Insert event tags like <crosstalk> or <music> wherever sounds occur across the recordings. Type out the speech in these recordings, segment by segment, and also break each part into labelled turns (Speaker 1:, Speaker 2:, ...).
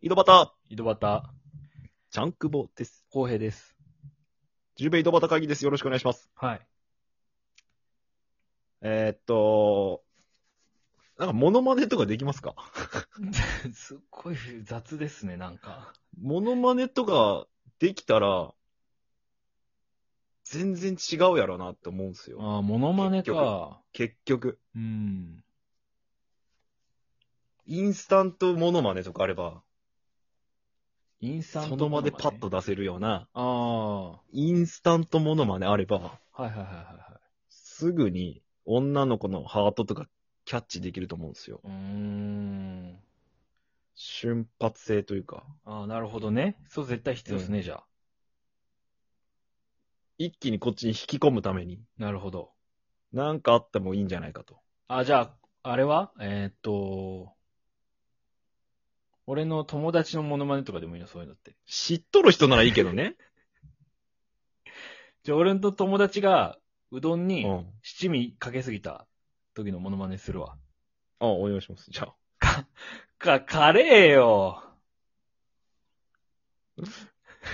Speaker 1: 井戸端、
Speaker 2: 井戸端、
Speaker 1: ちゃんくぼです。
Speaker 2: 公平です。
Speaker 1: 十兵衛井戸端会議です。よろしくお願いします。
Speaker 2: はい。
Speaker 1: えーっと、なんかモノマネとかできますか
Speaker 2: <laughs> すっごい雑ですね、なんか。
Speaker 1: モノマネとかできたら、全然違うやろなって思うんですよ。
Speaker 2: ああ、モノマネか。
Speaker 1: 結局。
Speaker 2: うん。
Speaker 1: インスタントモノマネとかあれば、
Speaker 2: インスタント
Speaker 1: その場でパッ
Speaker 2: モ
Speaker 1: と
Speaker 2: ノ
Speaker 1: 出せるような、
Speaker 2: マネ。
Speaker 1: インスタントモノマネあれば、
Speaker 2: ああ、はいはいはいは
Speaker 1: すぐに女の子のハートとかキャッチできると思うんですよ。
Speaker 2: いはい。うーん。
Speaker 1: 瞬発性というか、
Speaker 2: ああ、なるほどね。そう、絶対必要ですね、じゃあ。
Speaker 1: 一気にこっちに引き込むために、
Speaker 2: なるほど。
Speaker 1: なんかあってもいいんじゃないかと。
Speaker 2: あ、じゃあ、あれはえーっと、俺の友達のモノマネとかでもいいの、そういうのって。
Speaker 1: 知っとる人ならいいけどね。
Speaker 2: じゃあ、俺の友達が、うどん
Speaker 1: う
Speaker 2: に
Speaker 1: ん。あ、
Speaker 2: 七味かけすぎた時のモノマネするわ。
Speaker 1: お願いします。じゃあ。
Speaker 2: か、カレーよ。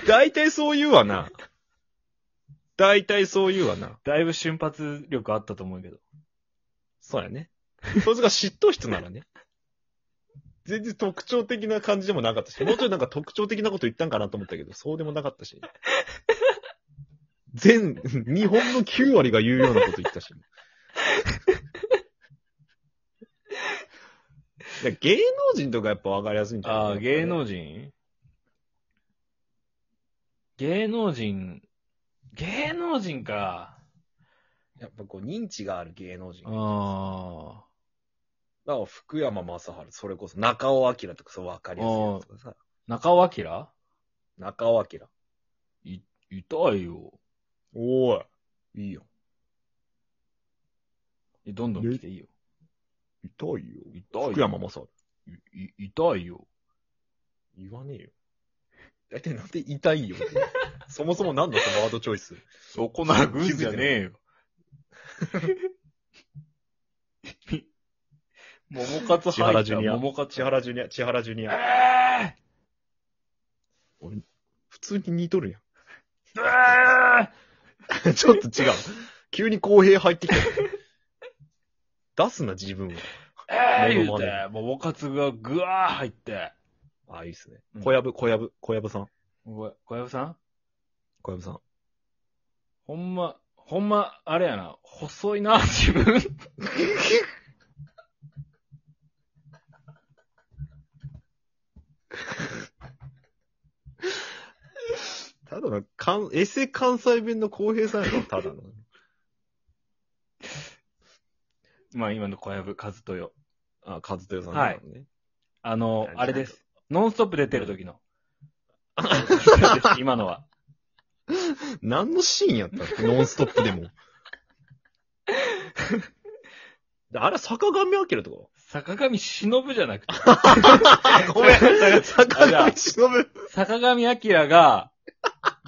Speaker 1: 大体そう言うわな。大体そう言うわな。
Speaker 2: だいぶ瞬発力あったと思うけど。
Speaker 1: そうやね。そいつが知っとる人ならね。全然特徴的な感じでもなかったし、もうちょいなんか特徴的なこと言ったんかなと思ったけど、そうでもなかったし。全、日本の9割が言うようなこと言った <laughs> し。いや芸能人とかやっぱ分かりやすいんじゃない
Speaker 2: ああ、芸
Speaker 1: 人
Speaker 2: 能人芸能人、芸能人か。
Speaker 1: やっぱこう認知がある芸能人。
Speaker 2: あ
Speaker 1: だから福山雅治、それこそ中尾明とかそう分かりやすいやつとかさ。
Speaker 2: あ、中尾明
Speaker 1: 中尾明。
Speaker 2: いたいよ。
Speaker 1: おーい。いいよ。
Speaker 2: えどんどん来ていいよ。
Speaker 1: いたいよ。
Speaker 2: いたいよ
Speaker 1: 福山雅治。
Speaker 2: い、い、いたいよ。
Speaker 1: 言わねえよ。大体なんで痛 <laughs> いよ。そもそもなんだそのワードチョイス。
Speaker 2: そこ
Speaker 1: なら軍じゃね
Speaker 2: え <laughs> よ。桃勝
Speaker 1: 千原ジュニア
Speaker 2: 桃勝
Speaker 1: 千原ジュニア、千原ジュニア。
Speaker 2: え
Speaker 1: 普通に似とる
Speaker 2: ー、え
Speaker 1: や <laughs>
Speaker 2: ー
Speaker 1: ん。ちょっと違う。急に公平入ってき <laughs> た。出すな、自分を。
Speaker 2: え
Speaker 1: モ
Speaker 2: え
Speaker 1: ノ
Speaker 2: 言う
Speaker 1: マネ
Speaker 2: て、もう、かつがぐわー入って。
Speaker 1: ああ、いいっすね
Speaker 2: う。ん
Speaker 1: 小籔、小籔、小籔さん。
Speaker 2: ご、小籔さん
Speaker 1: 小籔さん。
Speaker 2: ほんま、ほんま、あれやな、細いな、 <laughs> 自分。
Speaker 1: ただの、関、エセ関西弁の公平さんやろ、ただの。
Speaker 2: まあ今の小籔和豊。
Speaker 1: <laughs> あ、和豊さん
Speaker 2: はい
Speaker 1: だからね。
Speaker 2: あの、
Speaker 1: 何
Speaker 2: あれです。ノンストップ出てる時 <laughs> の。今のは。
Speaker 1: 何のシーンやったって、ノンストップでも。で <laughs> あれ、坂上明と
Speaker 2: 坂上忍じゃなくて、
Speaker 1: かごめん、坂上忍。
Speaker 2: 坂上明が、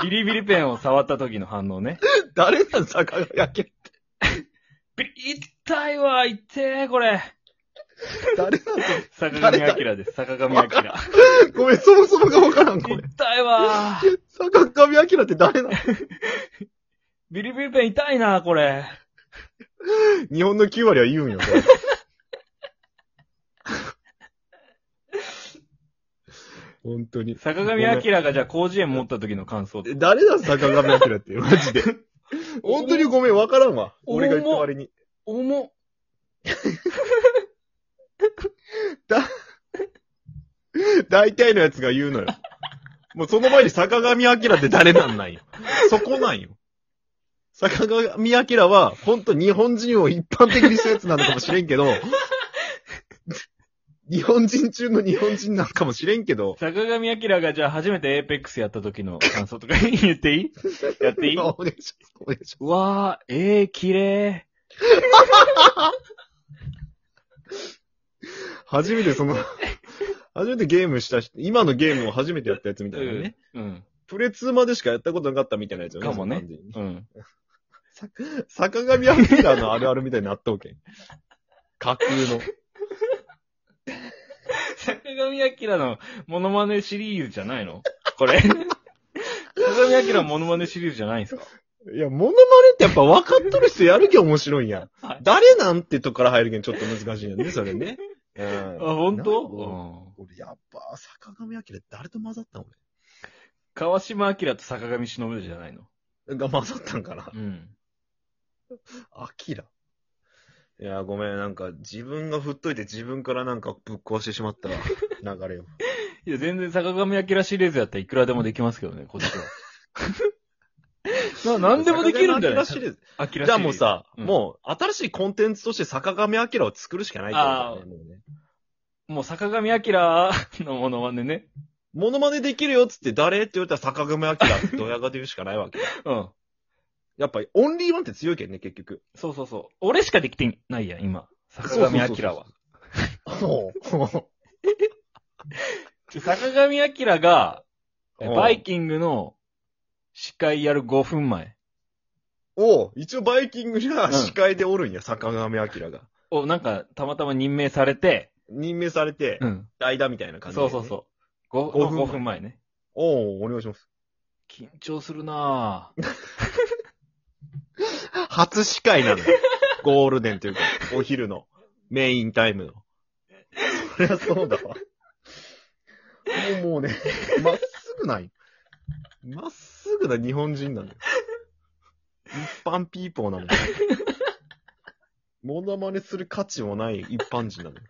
Speaker 2: ビリビリペンを触った時の反応ね。
Speaker 1: 誰なん、坂上明。
Speaker 2: ビリ、痛いわ、痛え、これ。
Speaker 1: 誰なん
Speaker 2: 坂上明です、坂上 <laughs> 明。
Speaker 1: ごめん、そもそもがわからん、これ。
Speaker 2: 痛いわ。
Speaker 1: 坂上明って誰なの
Speaker 2: ビリビリペン痛いな、これ。
Speaker 1: 日本の9割は言うんよ、それ <laughs> 本当に。
Speaker 2: 坂上明がじゃあ広辞苑持った時の感想。
Speaker 1: 誰だ、坂上明って、マジで。本当にごめん、わからんわ。俺が言った割に。
Speaker 2: 重っ。
Speaker 1: 大体のやつが言うのよ。もうその前に坂上明って誰なんなんよ。そこなんよ。坂上明は、本当日本人を一般的にしたやつなのかもしれんけど、日本人中の日本人なのかもしれんけど、
Speaker 2: 坂上明がじゃあ初めてエーペックスやった時の感想とか言ってい <laughs> いやっていい
Speaker 1: あお願いします。お願いし
Speaker 2: うわー、えー、綺麗。
Speaker 1: ます。初めてその、初めてゲームした人、今のゲームを初めてやったやつみたいなね。
Speaker 2: うん。
Speaker 1: プレ2までしかやったことなかったみたいなやつよね。
Speaker 2: かもね
Speaker 1: その完全に
Speaker 2: うん。
Speaker 1: 坂上明 <laughs> のあるあるみたいになったわけ。架空の。
Speaker 2: 坂上明のモノマネシリーズじゃないのこ <laughs> れ。坂上明のモノマネシリーズじゃないんですか
Speaker 1: いや、モノマネってやっぱ分かっとる人やるけ面白いんや。
Speaker 2: はい
Speaker 1: 誰なんてとこから入るけんちょっと難しいよね、それね。うん
Speaker 2: あ、本
Speaker 1: なんか
Speaker 2: 当
Speaker 1: 俺、やっぱ、坂上明誰と混ざったの
Speaker 2: 川島明と坂上忍じゃないの
Speaker 1: 俺。が混ざったんかな。
Speaker 2: うん。
Speaker 1: 明。いや、ごめん、なんか、自分が振っといて自分からなんかぶっ壊してしまった流 <laughs> れを。
Speaker 2: いや、全然坂上明シリーズやったらいくらでもできますけどね、こっち
Speaker 1: <laughs>
Speaker 2: は。な、なんでもできるんだよ、ね。
Speaker 1: 坂上明シリーズ
Speaker 2: 明シリーズ
Speaker 1: じゃあもう。さ、
Speaker 2: うん
Speaker 1: もう、新しいコンテンツとして坂上明を作るしかないってことだねもうね。
Speaker 2: もう坂上明のモノマネね。
Speaker 1: モノマネできるよっつって誰って言われたら坂上明
Speaker 2: <laughs>
Speaker 1: ってドヤ顔で言うしかないわけ。
Speaker 2: うん。
Speaker 1: やっぱりオンリーワンって強いけんね、結局。
Speaker 2: そうそうそう。俺しかできてないやん、今。坂上明は。
Speaker 1: そうそうそうそう。
Speaker 2: ちょ坂上明が、え
Speaker 1: うん
Speaker 2: バイキングの司会やる5分前。
Speaker 1: おう一応バイキングじゃ
Speaker 2: うん
Speaker 1: 司会でおるんや、坂上明が。
Speaker 2: を、なんか、たまたま任命されて、
Speaker 1: 任命されて、
Speaker 2: うん。
Speaker 1: 代打みたいな感じ、
Speaker 2: そうそう
Speaker 1: う。
Speaker 2: そう。5,
Speaker 1: 5分前
Speaker 2: 5分前ね。
Speaker 1: おうお願いします。
Speaker 2: 緊張するなぁ。
Speaker 1: <laughs> 初司会なのよ。ゴールデンというか、お昼のメインタイムの。そりゃそうだわ。もうもうね、まっすぐない。まっすぐな日本人なのよ。一般ピーポーなのよ。モノマネする価値もない一般人なのよ。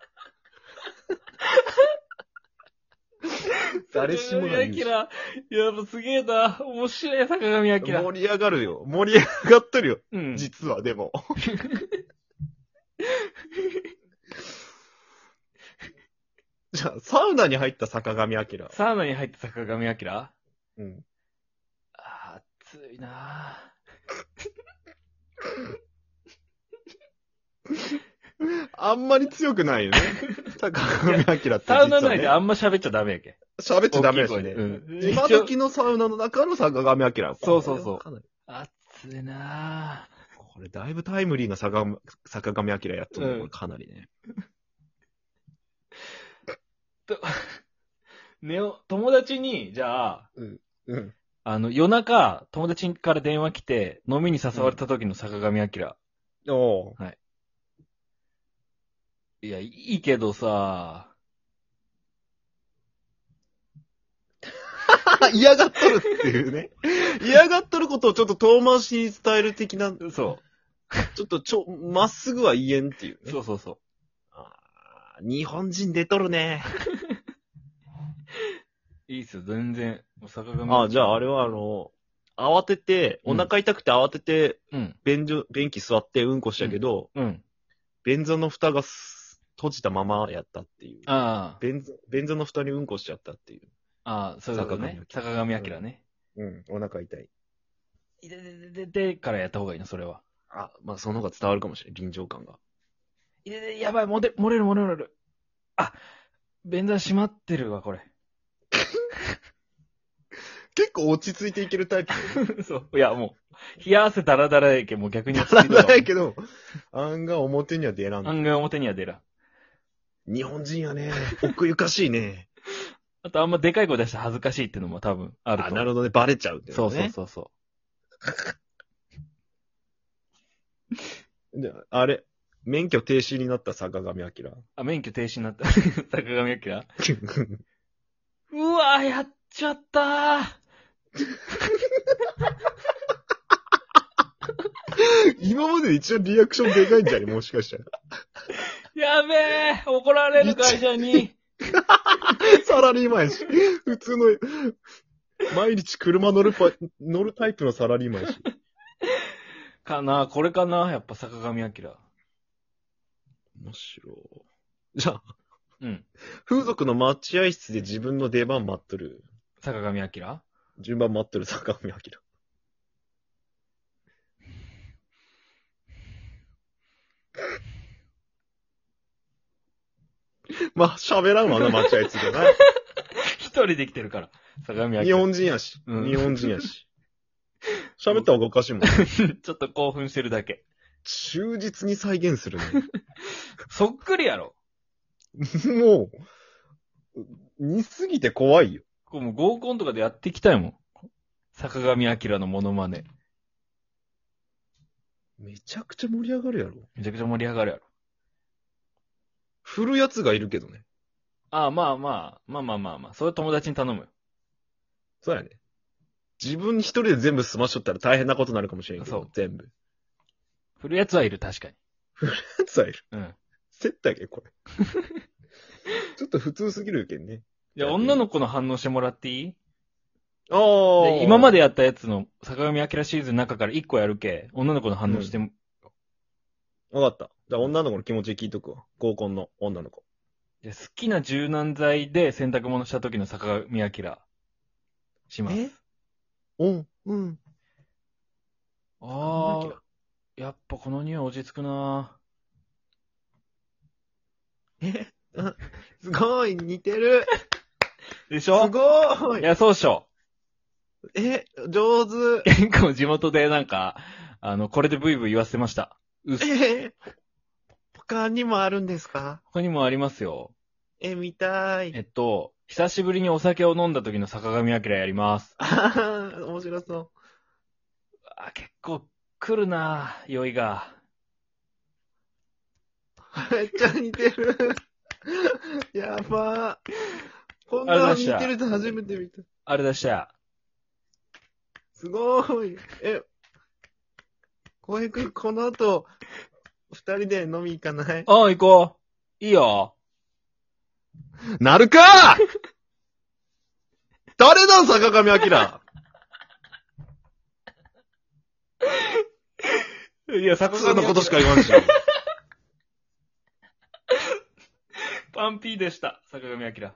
Speaker 1: 誰しも <laughs> が言うし
Speaker 2: 坂上明、やっぱすげえな。面白い、坂上
Speaker 1: 盛
Speaker 2: 明。
Speaker 1: り上がるよ。盛り上がっとるよ。
Speaker 2: うん。
Speaker 1: 実は
Speaker 2: <laughs>
Speaker 1: でも。じゃあ、サウナに入った坂上明。
Speaker 2: サウナに入って坂上明あ
Speaker 1: うん。
Speaker 2: ー暑いな
Speaker 1: あんまり強く
Speaker 2: <laughs>
Speaker 1: ないよね。坂上明って実は、ね。
Speaker 2: ぁ。サウナ内であんま喋っちゃダメやけ。
Speaker 1: 喋っちゃダメだし
Speaker 2: 大き
Speaker 1: ね。
Speaker 2: い声でうん
Speaker 1: 今時のサウナの中の坂上明。
Speaker 2: そうそうそう
Speaker 1: これわかんない
Speaker 2: 暑いなぁ。
Speaker 1: これだいぶタイムリーな坂上坂上明やっとるね
Speaker 2: うん
Speaker 1: これかなりね。
Speaker 2: ねお、友達に、じゃあ、
Speaker 1: うん。
Speaker 2: あの、夜中、友達から電話来て、飲みに誘われた時の坂上明。
Speaker 1: おう
Speaker 2: いや、いいけどさ、
Speaker 1: 嫌がっとるっていうね。嫌がっとることをちょっと遠回しに伝える的な、
Speaker 2: そ
Speaker 1: ちょっとちょ、まっすぐは言えんっていう
Speaker 2: う、
Speaker 1: ね。
Speaker 2: そうそうそ
Speaker 1: あー日本人出とるね。
Speaker 2: う。いいっすよ、全然。もう坂上明
Speaker 1: あ、じゃああれはあの、慌てて、お
Speaker 2: うん
Speaker 1: 腹痛くて慌てて、
Speaker 2: うん、
Speaker 1: 便所、便器座ってうんこしたけど、
Speaker 2: うん。
Speaker 1: 便座の蓋がす閉じたままやったっていう。
Speaker 2: あ
Speaker 1: 便座、便座の蓋にうんこしちゃったっていう。
Speaker 2: あ、ああ、そういうことね。
Speaker 1: 坂
Speaker 2: 坂
Speaker 1: 上明
Speaker 2: 上明ね。
Speaker 1: うん、お腹痛い。
Speaker 2: いてててててからやった方がいいの、それは。
Speaker 1: あ、まあその方が伝わるかもしれない。臨場感が。
Speaker 2: いややばい、漏れ、漏れる、漏れる、漏れる。あ、便座閉まってるわ、これ。
Speaker 1: 結構落ち着いていけるタイプ。
Speaker 2: <laughs> そう。いや、もう、冷や汗だらだらやけん、もう逆に落ち着
Speaker 1: <laughs> なん
Speaker 2: いたわ。
Speaker 1: だけど、 <laughs> 案外表には出らんの。
Speaker 2: 案外表には出らん。
Speaker 1: 日本人やね。奥ゆかしいね。
Speaker 2: あと、あんまでかい声出して恥ずかしいっていうのも多分あ
Speaker 1: <laughs>
Speaker 2: ると
Speaker 1: あ、
Speaker 2: 思う。
Speaker 1: なるほどね。バレちゃうっていう
Speaker 2: そ
Speaker 1: の
Speaker 2: う
Speaker 1: ね。
Speaker 2: そうそうそう。
Speaker 1: で、あれ、免許停止になった坂上
Speaker 2: <laughs>
Speaker 1: 明。
Speaker 2: あ、免許停止になった。 <laughs> 坂上明うわやっちゃったー。
Speaker 1: 今までで一応リアクションでかいんじゃねもしかしたら。
Speaker 2: やべえ怒られる会社に。
Speaker 1: サラリーマンやし。普通の、毎日車乗るパ、乗るタイプのサラリーマンやし。
Speaker 2: かなこれかなやっぱ坂上明。
Speaker 1: 面白い。じゃあ、
Speaker 2: うん。
Speaker 1: 風俗の待合室で自分の出番待っとる。
Speaker 2: 坂上明
Speaker 1: 順番待っとる坂上明。 <laughs> まあ、喋らんわな、待合室じゃない。
Speaker 2: 一人で来てるから。坂
Speaker 1: <laughs>
Speaker 2: 上明。
Speaker 1: 日本人やし。
Speaker 2: うん
Speaker 1: 日本人や <laughs> し。喋った方がおかしいもん。
Speaker 2: ちょっと興奮してるだけ。
Speaker 1: 忠 <laughs> 実に再現するね。
Speaker 2: そっくりやろ。
Speaker 1: もう、似すぎて怖いよ。
Speaker 2: こうもう合コンとかでやっていきたいもん。坂上明のモノマネ。
Speaker 1: めちゃくちゃ盛り上がるやろ。
Speaker 2: めちゃくちゃ盛り上がるやろ。
Speaker 1: 振るやつがいるけどね。
Speaker 2: ああ、まあまあ、まあまあまあまあ、それは友達に頼むよ。
Speaker 1: そうやね。自分一人で全部済ましとったら大変なことになるかもしれんけど。
Speaker 2: そう
Speaker 1: 全部。 <laughs>
Speaker 2: 振るやつはいる、確かに。
Speaker 1: やつはいる。
Speaker 2: うん。
Speaker 1: 接待け、これ。ちょっと普通すぎるけんね。
Speaker 2: じゃあ女の子の反応してもらっていい
Speaker 1: ああ
Speaker 2: で今までやったやつの坂上明シリーズの中から1個やるけ、女の子の反応しても、
Speaker 1: わかった。じゃあ女の子の気持ち聞いとくわ。合コンの女の子。
Speaker 2: で好きな柔軟剤で洗濯物した時の坂上明します。
Speaker 1: うん、うん。
Speaker 2: あ
Speaker 1: なんだっ
Speaker 2: あ、やっぱこの匂い落ち着くな
Speaker 1: すごい、似てる。
Speaker 2: でし
Speaker 1: す
Speaker 2: ょ
Speaker 1: ご
Speaker 2: い。や、そうっしょ。
Speaker 1: え、上手。
Speaker 2: 結構地元でなんか、あの、これでブイブイ言わせてました。うっす
Speaker 1: え、他にもあるんですか
Speaker 2: 他にもありますよ。
Speaker 1: え、見たい。
Speaker 2: えっと、久しぶりにお酒を飲んだ時の坂上明やります。
Speaker 1: ああ、面白そう。
Speaker 2: あ、結構来るなぁ、酔いが。
Speaker 1: めっちゃ似てる。やばー。こんなに似てると初めて見た。
Speaker 2: あれ出した。
Speaker 1: すごーい。え、浩平くん、この後、二人で飲み行かない
Speaker 2: ああ、行こう。いいよ。
Speaker 1: なるか誰だ、坂上 <laughs> 明
Speaker 2: いや、坂
Speaker 1: 普通のことしか言わんし。
Speaker 2: パンピーでした、坂上明。